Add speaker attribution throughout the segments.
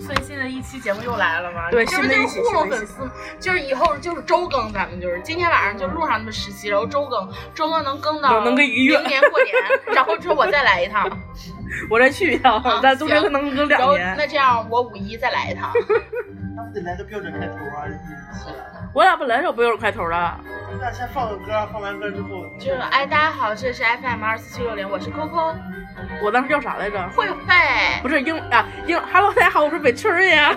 Speaker 1: 最新的一期节目又来了吗？
Speaker 2: 对
Speaker 1: 这不
Speaker 2: 新的
Speaker 1: 就
Speaker 2: 一
Speaker 1: 是
Speaker 2: 期
Speaker 1: 糊弄
Speaker 2: 新的
Speaker 1: 粉
Speaker 2: 一期
Speaker 1: 丝？就是以后就是周更，咱们就是今天晚上就录上那么十期，然后周更，周更能更到
Speaker 2: 能能更一个月
Speaker 1: 明年 过年，然后之后我再来一趟，
Speaker 2: 我再去一趟
Speaker 1: 啊，
Speaker 2: 咱中间
Speaker 1: 行
Speaker 2: 可能更
Speaker 1: 然
Speaker 2: 两
Speaker 1: 后
Speaker 2: 年。
Speaker 1: 那这样我五一再来一 趟，
Speaker 3: 他们得来个标准开头啊，一起来。
Speaker 2: 我俩本来就不用开头的，
Speaker 3: 咱俩先放个歌，放完歌之后，
Speaker 1: 就是哎，大家好，这里是 FM 二四七六零，我是 Coco
Speaker 2: 我当时叫啥来着？
Speaker 1: 慧慧
Speaker 2: 不，是英啊英，Hello，大家好，我是北春 儿呀。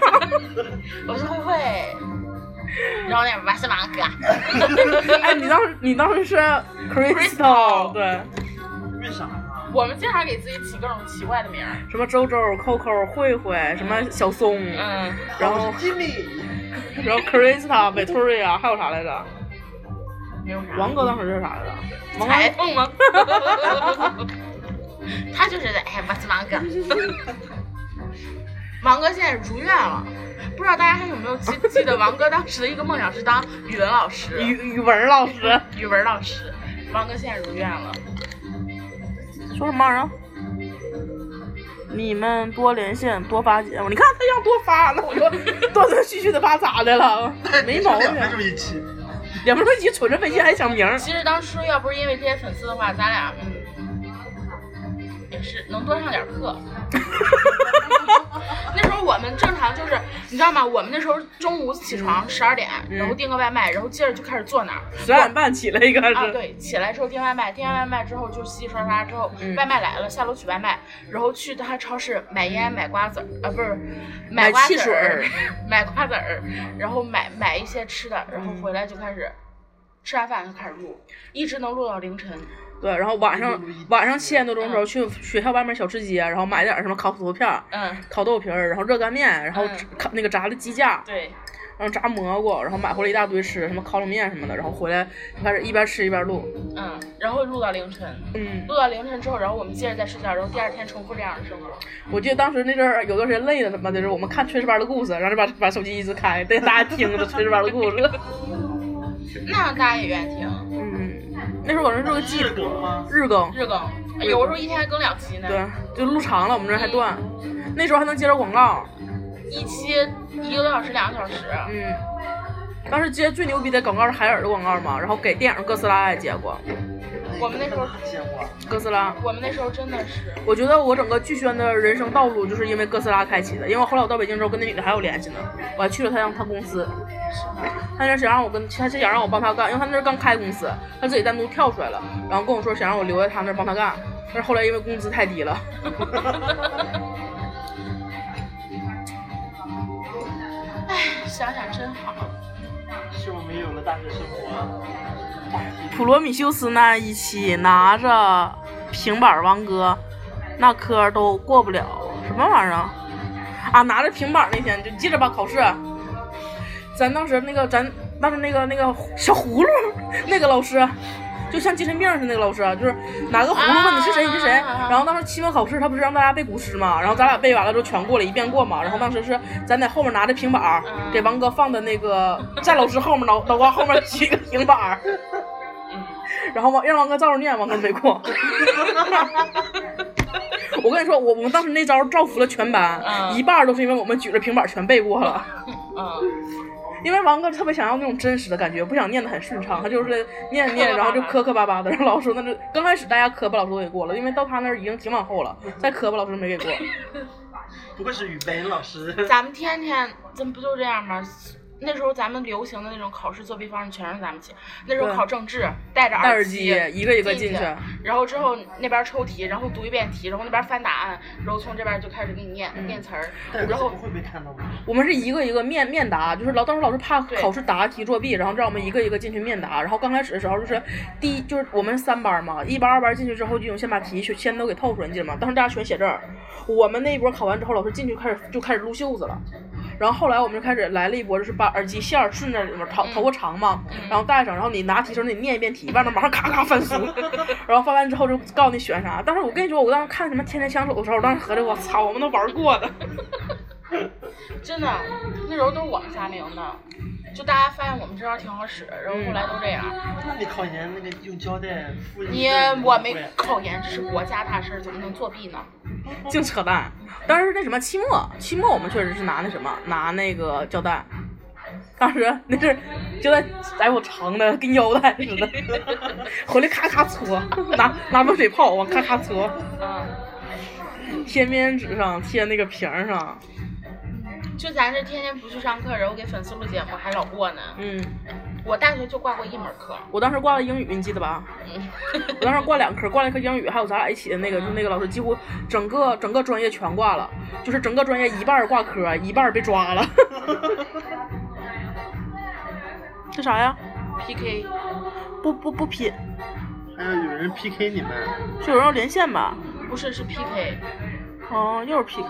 Speaker 1: 我是慧慧，然后那边我是王啊哥，
Speaker 2: 哎，你当时你当时是 Crystal，
Speaker 1: Crystal
Speaker 2: 对，
Speaker 3: 为啥啊？
Speaker 1: 我们经常给自己起各种奇怪的名儿，
Speaker 2: 什么周周、Coco、慧慧，什么小松，
Speaker 1: 嗯，
Speaker 2: 然后
Speaker 3: 我 是 Jimmy，
Speaker 2: 然后 Crystal、北春儿呀，还有啥来着？
Speaker 1: 没有啥。
Speaker 2: 王哥当时是啥来着？王
Speaker 1: 裁
Speaker 2: 哥
Speaker 1: 缝 吗？他就是在哎，我是王 哥。王哥现在如愿了，不知道大家还有没有 记记得王哥当时的一个梦想是当语文老师，
Speaker 2: 语语文老师
Speaker 1: 语文老师。王哥现在如愿了，
Speaker 2: 说什么玩意儿？你们多连线，多发节目。你看他让多发，那我 就断断续续的发咋的 了？没 毛病
Speaker 3: 两。分钟一期，
Speaker 2: 两分钟一存着微信还想 名儿，
Speaker 1: 其实当初要不是因为这些粉丝的话，咱俩嗯也是能多上点 课。那时候我们正常就是，你知道吗？我们那时候中午起床十二点，
Speaker 2: 嗯
Speaker 1: 然后订个外卖，然后接着就开始坐那儿。
Speaker 2: 十二点半起来应该
Speaker 1: 啊，
Speaker 2: 是。
Speaker 1: 对，起来之后订外卖，订完外卖之后就洗洗刷刷之后，
Speaker 2: 嗯
Speaker 1: 外卖来了，下楼取外卖，然后去他超市买烟、买瓜子儿，啊，不是，
Speaker 2: 嗯买
Speaker 1: 瓜
Speaker 2: 汽
Speaker 1: 子
Speaker 2: 水
Speaker 1: 儿
Speaker 2: 儿，
Speaker 1: 买瓜子儿，然后买买一些吃的，然后回来就开始。吃完饭就开始录，一直能录到凌晨。
Speaker 2: 对，然后晚上晚上七点多钟的时候去学校外面小吃街，然后买点儿什么烤土豆片儿、
Speaker 1: 嗯，
Speaker 2: 烤豆皮儿，然后热干面，然后
Speaker 1: 嗯
Speaker 2: 烤那个炸的鸡架，
Speaker 1: 对，
Speaker 2: 然后炸蘑菇，然后买回来一大堆吃，什么烤冷面什么的，然后回来就开始一边吃一边录。
Speaker 1: 嗯，然后录到凌晨，
Speaker 2: 嗯，
Speaker 1: 录到凌晨之后，然后我们接着再睡觉，然后第二天重复这样的生活。
Speaker 2: 我记得当时那阵儿有段时间累了什么的，就是我们看《炊事班的故事》，然后就把把手机一直开，带大家听着《炊事班的故事》。
Speaker 1: 那样大家也愿意听。
Speaker 2: 嗯，那时候我是这个记
Speaker 3: 日更吗？
Speaker 2: 日更，
Speaker 1: 日更，哎有时候一天还更两期呢。
Speaker 2: 对，就录长了，我们这儿还断。嗯那时候还能接着广告，
Speaker 1: 一期一个多小时，两个小时。啊
Speaker 2: 嗯。当时接最牛逼的广告是海尔的广告嘛，然后给电影《哥斯拉》也接过，
Speaker 1: 我们那时候
Speaker 3: 见过，
Speaker 2: 哥斯拉。
Speaker 1: 我们那时候真的是，
Speaker 2: 我觉得我整个剧宣的人生道路就是因为哥斯拉开启的，因为后来我到北京之后跟那女的还有联系呢，我还去了她趟她公司，她那想让我跟她是想让我帮她干，因为她那是刚开公司，她自己单独跳出来了，然后跟我说想让我留在她那儿帮她干，但是后来因为工资太低了，
Speaker 1: 唉，想想真好。
Speaker 3: 是我们有了大学生活。话题
Speaker 2: 普罗米修斯呢一起拿着平板王哥那科都过不了，什么玩意儿啊？拿着平板那天就记着吧，考试。咱当时那个咱当时那个那个小葫芦那个老师，就像精神病似的那个老师，啊就是拿个葫芦问你是谁你是谁。
Speaker 1: 啊
Speaker 2: 然后当时期末考试，他不是让大家背古诗嘛，然后咱俩背完了之后全过了一遍过嘛。然后当时是咱在后面拿着平板儿
Speaker 1: 嗯
Speaker 2: 给王哥放的那个在老师后面脑脑瓜后面举一个平板儿。然后王让王哥照着念，王哥没 过。我跟你说，我我们当时那招造福了全班，
Speaker 1: 嗯
Speaker 2: 一半儿都是因为我们举着平板全背过了。
Speaker 1: 嗯，
Speaker 2: 因为王哥特别想要那种真实的感觉，不想念得很顺畅，他就是念念，然后就嗯磕磕巴巴的。然后老师那就刚开始大家磕巴，老师都给过了，因为到他那儿已经挺往后了，再磕巴老师没给 过。
Speaker 3: 不愧是语文老师，
Speaker 1: 咱们天天，咱们不就这样吗？那时候咱们流行的那种考试作弊方式全是咱们写。那时候
Speaker 2: 对
Speaker 1: 考政治，戴着
Speaker 2: 戴耳机
Speaker 1: 机，
Speaker 2: 一个一个进去
Speaker 1: 去，然后之后那边抽题，然后读一遍题，然后那边翻答案，然后从这边就开始给你念、
Speaker 2: 嗯
Speaker 1: 念词儿，
Speaker 3: 但
Speaker 1: 然
Speaker 3: 是
Speaker 1: 后
Speaker 3: 不会被看到吗？
Speaker 2: 我们是一个一个面面答，就是老当时老师怕
Speaker 1: 对
Speaker 2: 考试答题作弊，然后让我们一个一个进去面答。然后刚开始的时候就是第一就是我们三班嘛，一班二班进去之后就有先把题先先都给透出来，你记得吗？当时大家全写字儿。我们那一波考完之后，老师进去开始就开始撸袖子了。然后后来我们就开始来了一波，就是把耳机线儿顺着里面头头发长嘛，然后戴上，然后你拿题的时候你念一遍题，外面马上咔咔翻书， 然后翻完之后就告诉你选啥。当时我跟你说，我当时看什么《天天相守》的时候，我当时合计我操，我们都玩过的。
Speaker 1: 真的，那时候都是我们仨名的。就大家发现我们这招挺好使，然后后来都这样。
Speaker 3: 那你考研那个用胶带复印，
Speaker 1: 你我没 考研，这是国家大事，怎么能作弊呢？
Speaker 2: 净扯淡。当时那什么期末，期末我们确实是拿那什么，拿那个胶带。当时那是胶带，哎呦长的跟腰带似的，回来咔咔搓，拿拿热水泡往咔咔搓，
Speaker 1: 嗯，
Speaker 2: 贴面纸上，贴那个瓶儿上，
Speaker 1: 就咱这天天不去上课，然后给粉丝录节目还老过呢。
Speaker 2: 嗯。
Speaker 1: 我大学就挂过一门课，
Speaker 2: 我当时挂了英语，你记得吧？
Speaker 1: 嗯，
Speaker 2: 我当时挂两科，挂了一科英语，还有咱俩一起的那个，就那个老师几乎整个整个专业全挂了，就是整个专业一半儿挂科，一半儿被抓了。 这啥呀？
Speaker 1: PK
Speaker 2: 不不不拼，
Speaker 3: 还有有人 PK 你们，
Speaker 2: 是有人要连线吧？
Speaker 1: 不是是 PK，
Speaker 2: 哦，又是 PK，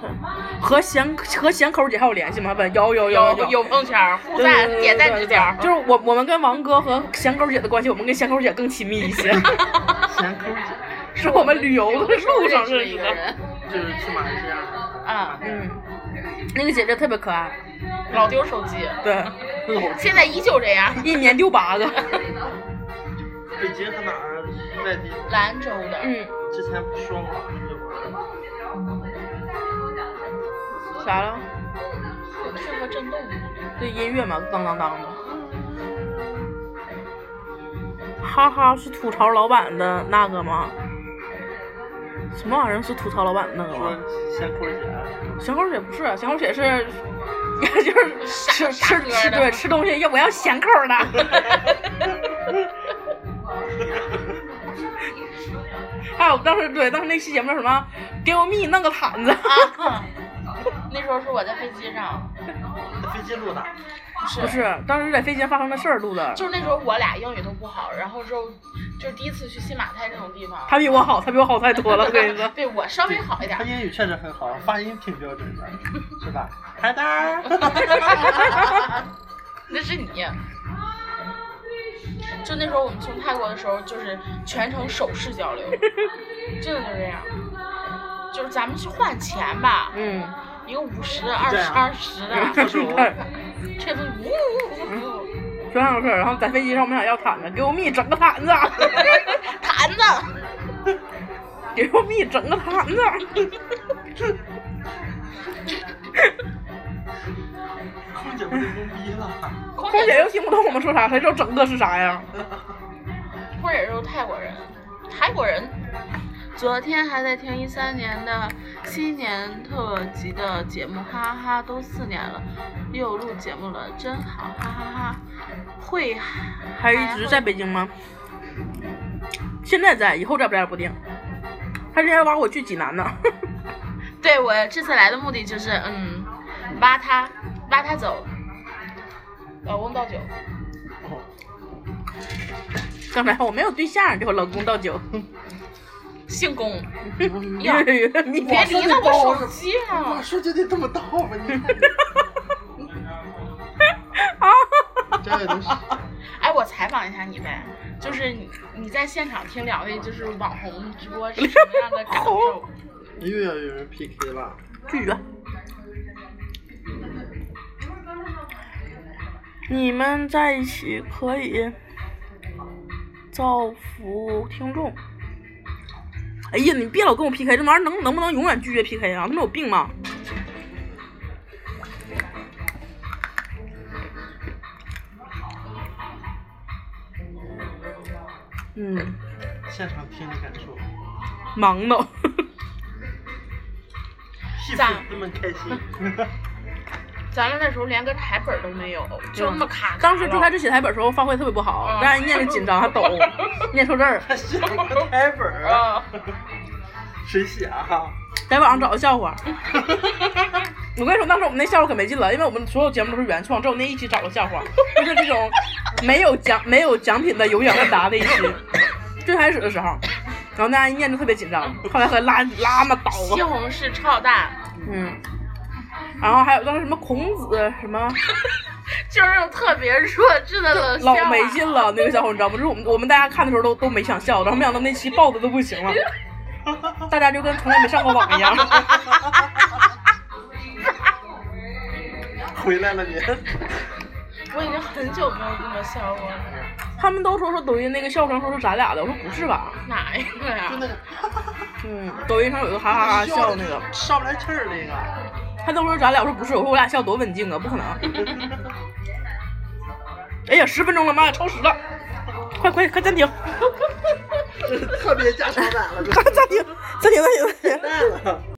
Speaker 2: 和咸和咸口姐还有联系吗？问有有有
Speaker 1: 有有朋友圈互
Speaker 2: 对
Speaker 1: 赞
Speaker 2: 对对
Speaker 1: 点赞
Speaker 2: 对
Speaker 1: 指
Speaker 2: 对
Speaker 1: 点，
Speaker 2: 就是我我们跟王哥和咸口姐的关系，我们跟咸口姐更亲密 一些，
Speaker 3: 闲抠姐，
Speaker 2: 是我们旅游的路上
Speaker 1: 认
Speaker 2: 认
Speaker 1: 一
Speaker 2: 识
Speaker 1: 个
Speaker 2: 的。
Speaker 1: 人，
Speaker 3: 就是去马来西亚的，
Speaker 1: 啊，
Speaker 2: 嗯，那个姐姐特别可爱，
Speaker 1: 老丢手机，
Speaker 2: 对，
Speaker 1: 现在依旧这样。
Speaker 2: 一年丢八个。
Speaker 3: 北京和哪儿外地？
Speaker 1: 兰州的，
Speaker 2: 嗯，
Speaker 3: 之前不说过吗？
Speaker 2: 啥了？
Speaker 1: 是个震动。
Speaker 2: 对音乐嘛，当当当的。哈哈，是吐槽老板的那个吗？什么玩意儿是吐槽老板的那个
Speaker 3: 说
Speaker 2: 吗？
Speaker 3: 闲抠姐，
Speaker 2: 咸口姐不是，啊咸口姐是， 就是
Speaker 1: 傻
Speaker 2: 吃吃
Speaker 1: 傻
Speaker 2: 吃，
Speaker 1: 哥的
Speaker 2: 对，吃东西要我要咸口的。 还有当时对，当时那期节目叫什么？给我蜜弄个毯子。
Speaker 1: 啊，那时候是我在飞机上，
Speaker 3: 飞机录的，
Speaker 1: 不是
Speaker 2: 不是，当时在飞机上发生的事儿录的。
Speaker 1: 就是那时候我俩英语都不好，然后之后就是第一次去新马泰这种地方，。
Speaker 2: 他比我好，他比我好太多了，我跟你说
Speaker 1: 对我稍微好一点
Speaker 3: 他。英语确实很好，发音挺标准的，是吧？海胆 儿，
Speaker 1: 那是你。就那时候我们从泰国的时候，就是全程手势交流，真的就这样。就是咱们去换钱吧，
Speaker 2: 嗯，
Speaker 1: 一个五十、二
Speaker 3: 对
Speaker 1: 十、
Speaker 3: 啊
Speaker 1: 二十
Speaker 3: 不
Speaker 1: 的，
Speaker 3: 是我
Speaker 1: 吹风呜呜呜呜，
Speaker 2: 说两个事儿，然后在飞机上我们俩要毯子，给我蜜整个毯子，
Speaker 1: 坛子。
Speaker 2: 给我蜜整个毯子。
Speaker 3: 空姐不是懵逼了？
Speaker 1: 空
Speaker 2: 空姐
Speaker 1: 姐
Speaker 2: 又听不懂我们说啥，谁知道整个是啥呀？
Speaker 1: 空姐就是泰国人，泰国人。昨天还在听一三年的新年特辑的节目，哈哈，都四年了，又录节目了，真好，哈哈哈。会
Speaker 2: 还一直在北京吗？现在在，以后在不在不定。他之前挖我去济南呢，
Speaker 1: 对我这次来的目的就是，嗯，挖他，挖他走。老公倒酒，
Speaker 2: 刚才我没有对象，就老公倒酒，
Speaker 1: 姓龚，
Speaker 2: 越
Speaker 1: 哎呀
Speaker 2: 来越迷
Speaker 1: 别离了我手机
Speaker 3: 我
Speaker 1: 啊！
Speaker 3: 说就得这么倒吧，你 看
Speaker 2: 啊！
Speaker 3: 这个都是。
Speaker 1: 哎，我采访一下你呗，就是你你在现场听两位就是网红直播是什么样的感受？
Speaker 3: 又要有人 PK 了，
Speaker 2: 拒绝。你们在一起可以造福听众。哎呀，你别老跟我 PK，这玩意儿能能不能永远拒绝 PK 啊？他们有病吗？嗯，
Speaker 3: 现场听的感受，
Speaker 2: 忙的。
Speaker 3: 屁
Speaker 1: 赞
Speaker 3: 粉丝们开心。
Speaker 1: 咱们那时候连个台本都没有，就那么卡。
Speaker 2: 嗯当时
Speaker 1: 就
Speaker 2: 就开始写台本的时候发挥特别不好
Speaker 1: 嗯，
Speaker 2: 大家念的紧张 还抖，念错字儿。
Speaker 3: 他写个台本儿，
Speaker 1: 啊，
Speaker 3: 谁写啊？
Speaker 2: 在网上找个 笑话。我跟你说，当时我们那笑话可没劲了，因为我们所有节目都是原创，只有那一期找个笑话，就是这种没有奖没有奖品的有奖问答那一期。最开始的时候，然后大家一念就特别紧张，后来和拉拉嘛倒
Speaker 1: 西
Speaker 2: 啊，
Speaker 1: 红柿炒蛋，
Speaker 2: 嗯。然后还有当时什么孔子什么
Speaker 1: 就是那种特别弱智的冷笑
Speaker 2: 老
Speaker 1: 话。
Speaker 2: 没劲了那个笑话，你知道吗？就是我们我们大家看的时候都都没想笑，然后没想到那期爆的都不行了，大家就跟从来没上 过网一样。
Speaker 3: 回来了你，
Speaker 1: 我已经很久没有这么笑过了。
Speaker 2: 他们都说说抖音那个笑声，说是咱俩的，我说不是吧？
Speaker 1: 哪一个呀
Speaker 3: 就？那个
Speaker 2: 嗯，抖音上有一个哈哈哈啊笑那个，
Speaker 3: 上 不来气儿那个，
Speaker 2: 他都说咱俩，我说不是，我说我俩笑多文静啊，不可能。 哎呀，十分钟了，妈呀，超时了，快快快暂停，
Speaker 3: 这是特别家常版了，这
Speaker 2: 快暂停，暂停暂停暂停。
Speaker 3: 完蛋了。